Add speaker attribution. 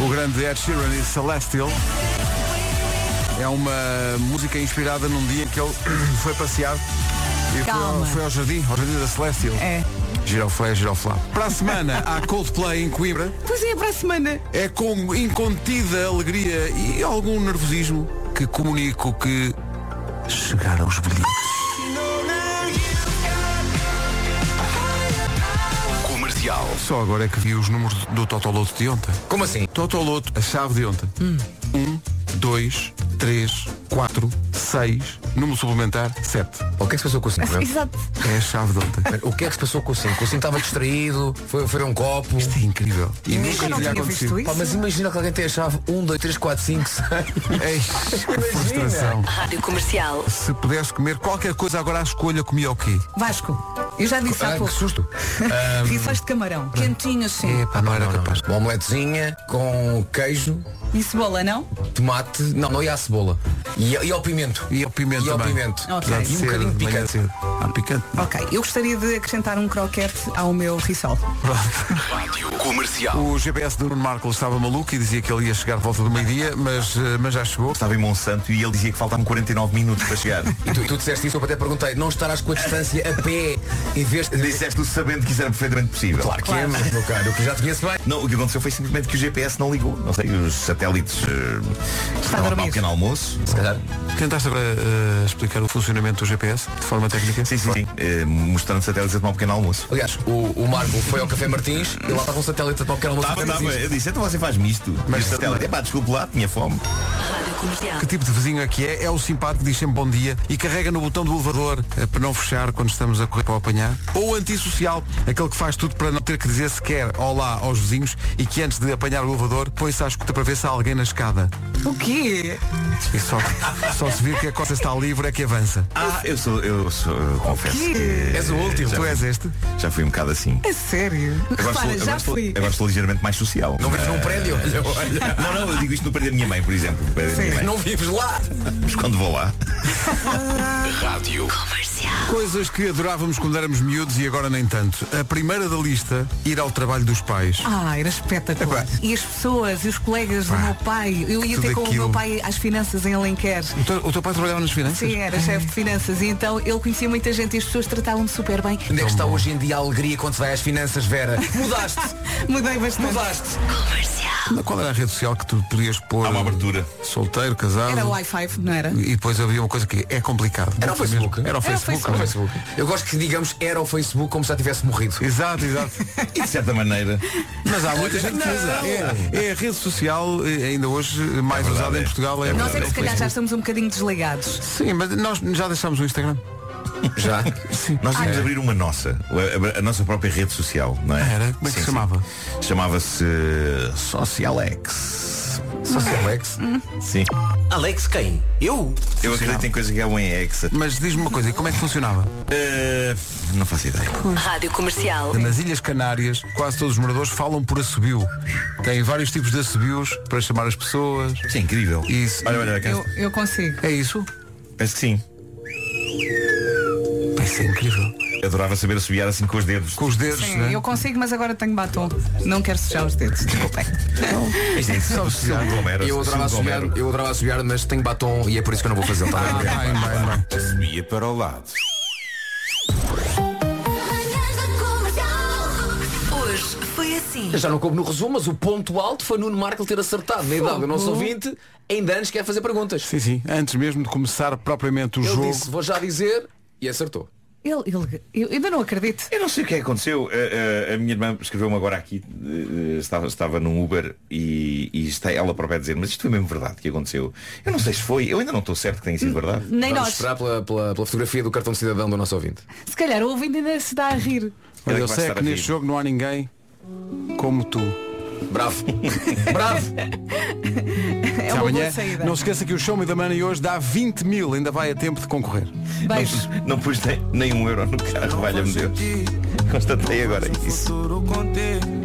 Speaker 1: O grande Ed Sheeran e Celestial. É uma música inspirada num dia em que ele foi passear e foi ao,
Speaker 2: Calma.
Speaker 1: foi ao jardim, ao jardim da Celestial.
Speaker 2: É.
Speaker 1: Giroflé, giroflá. Para a semana, há Coldplay em Coimbra.
Speaker 2: Pois é, para a semana.
Speaker 1: É com incontida alegria e algum nervosismo que comunico que chegaram os bilhetes.
Speaker 3: Comercial.
Speaker 1: Só agora é que vi os números do Totoloto de ontem.
Speaker 3: Como assim?
Speaker 1: Totoloto, Hum. a chave de ontem. 1, 2, 3, 4, 6, número suplementar, 7.
Speaker 3: O que é que se passou com o 5?
Speaker 2: Exato.
Speaker 1: É a chave de ontem.
Speaker 3: O que é que se passou com o 5? O 5 estava distraído, foi, foi a um copo.
Speaker 1: É incrível. E
Speaker 2: Nunca não
Speaker 1: teria
Speaker 2: tinha visto
Speaker 1: acontecido.
Speaker 2: isso.
Speaker 3: Pá, mas imagina que alguém tem a chave 1, 2, 3, 4, 5, 6.
Speaker 1: Ei, que frustração.
Speaker 4: Rádio Comercial.
Speaker 1: Se pudesse comer qualquer coisa agora à escolha, comia o quê?
Speaker 2: Vasco, eu já disse há
Speaker 3: Ah, que
Speaker 2: pouco.
Speaker 3: susto.
Speaker 1: um,
Speaker 2: Rifas de camarão, assim, quentinhos sim.
Speaker 1: Epá, não era capaz.
Speaker 3: Uma omeletezinha com queijo,
Speaker 1: É.
Speaker 2: E cebola, não?
Speaker 3: tomate, não, não ia à cebola. E, e ao pimento.
Speaker 1: E ao pimento
Speaker 3: E ao
Speaker 1: também.
Speaker 3: pimento.
Speaker 2: Ok.
Speaker 1: Apesar
Speaker 3: E um bocadinho de
Speaker 1: manhã
Speaker 3: picante.
Speaker 1: cedo. Ah, picante. não.
Speaker 2: Ok, eu gostaria de acrescentar um croquete ao meu rissol.
Speaker 1: O GPS do Nuno Marco estava maluco e dizia que ele ia chegar de volta do meio-dia, mas, eh, mas já chegou.
Speaker 5: Estava em Monsanto e ele dizia que faltavam 49 minutos para chegar.
Speaker 3: E tu, tu disseste isso, eu até perguntei, não estarás com a distância a pé em vez de.
Speaker 5: Disseste-o sabendo que isso era perfeitamente possível.
Speaker 3: Claro que é, mas, meu caro, eu que já te conheço bem.
Speaker 5: Não, o que aconteceu foi simplesmente que o GPS não ligou. Não sei, os satélites eh,
Speaker 2: Está a
Speaker 5: estavam a tomar
Speaker 2: dormir.
Speaker 5: um pequeno almoço.
Speaker 3: Se calhar.
Speaker 1: Tentaste agora eh, explicar o funcionamento do GPS de forma técnica?
Speaker 5: Sim, sim, sim. Eh, mostrando satélites a tomar um pequeno almoço.
Speaker 3: Aliás, o, o Marco foi ao Café Martins e lá estava um satélite a tomar um pequeno almoço.
Speaker 5: Estava,
Speaker 3: Não
Speaker 5: estava.
Speaker 3: existe.
Speaker 5: Eu disse, então você faz-me isto. Mas o satélite, epá, desculpe lá, tinha fome.
Speaker 4: Rádio Comercial.
Speaker 1: Que tipo de vizinho é que é? É o simpático, diz sempre bom dia e carrega no botão do elevador eh, para não fechar quando estamos a correr para o apanhar. Ou antissocial, aquele que faz tudo para não ter que dizer sequer olá aos vizinhos e que antes de apanhar o elevador põe-se à escuta para ver se há alguém na escada.
Speaker 2: O quê?
Speaker 1: E só, só se vir que a costa está livre é que avança.
Speaker 5: Ah, eu sou, eu sou, eu confesso
Speaker 2: quê?
Speaker 5: que
Speaker 3: És o último.
Speaker 1: Tu és este?
Speaker 5: já fui um bocado assim.
Speaker 2: É sério? Repara,
Speaker 5: estou,
Speaker 2: já
Speaker 5: estou-
Speaker 2: fui.
Speaker 5: agora estou ligeiramente mais social.
Speaker 3: Não vives num prédio? Olha, olha.
Speaker 5: Não, não, eu digo isto no prédio da minha mãe, por exemplo. No prédio da minha mãe.
Speaker 3: Não vives lá.
Speaker 5: Mas quando vou lá,
Speaker 1: Coisas que adorávamos quando éramos miúdos e agora nem tanto. A primeira da lista, ir ao trabalho dos pais.
Speaker 2: Ah, era espetacular.
Speaker 1: Epá.
Speaker 2: E as pessoas e os colegas do
Speaker 1: Pá,
Speaker 2: meu pai. Eu ia
Speaker 1: tudo
Speaker 2: ter com o
Speaker 1: aquilo.
Speaker 2: meu pai às finanças em Alenquer.
Speaker 1: O teu, o teu pai trabalhava nas finanças?
Speaker 2: Sim, era chefe de finanças. E então ele conhecia muita gente e as pessoas tratavam-me super bem.
Speaker 3: Onde é que está hoje em dia a alegria quando se vai às finanças, Vera? Mudaste.
Speaker 2: Mudei bastante.
Speaker 3: Mudaste.
Speaker 1: Qual era a rede social que tu podias pôr?
Speaker 5: há uma abertura.
Speaker 1: Solteiro, casado?
Speaker 2: Era o i5, não era?
Speaker 1: E depois havia uma coisa que é complicado.
Speaker 3: Era o Facebook.
Speaker 1: Era o
Speaker 2: Era o
Speaker 1: Facebook.
Speaker 2: Facebook.
Speaker 1: não é?
Speaker 3: Eu gosto que digamos era o Facebook como se já tivesse morrido.
Speaker 1: Exato, exato.
Speaker 5: E de certa maneira,
Speaker 1: Mas há muita gente que usa. É, é a rede social, eh, ainda hoje, eh, mais
Speaker 5: É verdade,
Speaker 1: usada em
Speaker 5: é.
Speaker 1: Portugal. É,
Speaker 2: Nós é que se
Speaker 1: o
Speaker 2: calhar já
Speaker 1: Facebook.
Speaker 2: estamos um bocadinho desligados.
Speaker 1: Sim, mas nós já deixámos o Instagram.
Speaker 3: Já?
Speaker 5: nós devíamos abrir uma nossa, a- a, a nossa própria rede social, não é?
Speaker 1: Ah, era? Como é que se chamava?
Speaker 5: Chamava-se eh, Socialex.
Speaker 3: Alex.
Speaker 5: Sim.
Speaker 6: Alex quem? Eu?
Speaker 5: Eu acredito em coisas que é acabam em ex.
Speaker 1: Mas diz-me uma coisa, como é que funcionava?
Speaker 5: Eh, não faço ideia.
Speaker 4: Rádio Comercial.
Speaker 1: Nas Ilhas Canárias, quase todos os moradores falam por assobio. Tem vários tipos de assobios para chamar as pessoas.
Speaker 5: Isto é incrível.
Speaker 1: Isso.
Speaker 5: Olha, olha, cá.
Speaker 2: Eu, eu consigo.
Speaker 1: É isso?
Speaker 5: Penso que sim.
Speaker 1: Isso é incrível.
Speaker 5: Eu Adorava saber assobiar assim com os dedos.
Speaker 1: Com os dedos,
Speaker 2: Sim,
Speaker 3: é?
Speaker 1: né?
Speaker 2: eu consigo, mas agora tenho batom. Não quero sujar os dedos, desculpem.
Speaker 5: Isto é incrível. Silvio Romero,
Speaker 3: Eu adorava
Speaker 5: Silvio
Speaker 3: assobiar,
Speaker 5: Romero.
Speaker 3: eu adorava assobiar, mas tenho batom e é por isso que eu não vou fazer. Tá bem?
Speaker 1: Ah, Bem, bem, bem.
Speaker 5: Assobia para o lado.
Speaker 4: Hoje foi assim.
Speaker 3: Já não coube no resumo, mas o ponto alto foi Nuno Marco ter acertado na idade do nosso ouvinte, ainda antes quer fazer perguntas.
Speaker 1: Sim, sim. Antes mesmo de começar propriamente o
Speaker 3: Ele
Speaker 1: jogo.
Speaker 3: disse, vou já dizer, e acertou.
Speaker 2: Ele, ele- eu ainda não acredito.
Speaker 5: Eu não sei o que é que aconteceu. A, a- a minha irmã escreveu-me agora aqui, eh, estava, estava num Uber e, e está ela própria a dizer, mas isto foi mesmo verdade que aconteceu. Eu não sei se foi, eu ainda não estou certo que tenha sido verdade.
Speaker 2: Nem
Speaker 3: Vamos
Speaker 2: nós.
Speaker 3: esperar pela, pela, pela fotografia do cartão de cidadão do nosso ouvinte.
Speaker 2: Se calhar o ouvinte ainda se dá a rir.
Speaker 1: Olha,
Speaker 5: Ela
Speaker 1: eu
Speaker 5: que vai
Speaker 1: sei é
Speaker 5: estar
Speaker 1: que
Speaker 5: a
Speaker 1: neste
Speaker 5: rir.
Speaker 1: jogo não há ninguém como tu.
Speaker 3: Bravo. Bravo.
Speaker 2: É
Speaker 1: Até
Speaker 2: uma
Speaker 1: amanhã,
Speaker 2: boa saída.
Speaker 1: não se esqueça que o Show Me da Money hoje dá 20 mil, ainda vai a tempo de concorrer.
Speaker 2: Beijo.
Speaker 5: Não pus nem, nem um euro no carro, valha-me Deus. Constatei agora isso.
Speaker 7: futuro contei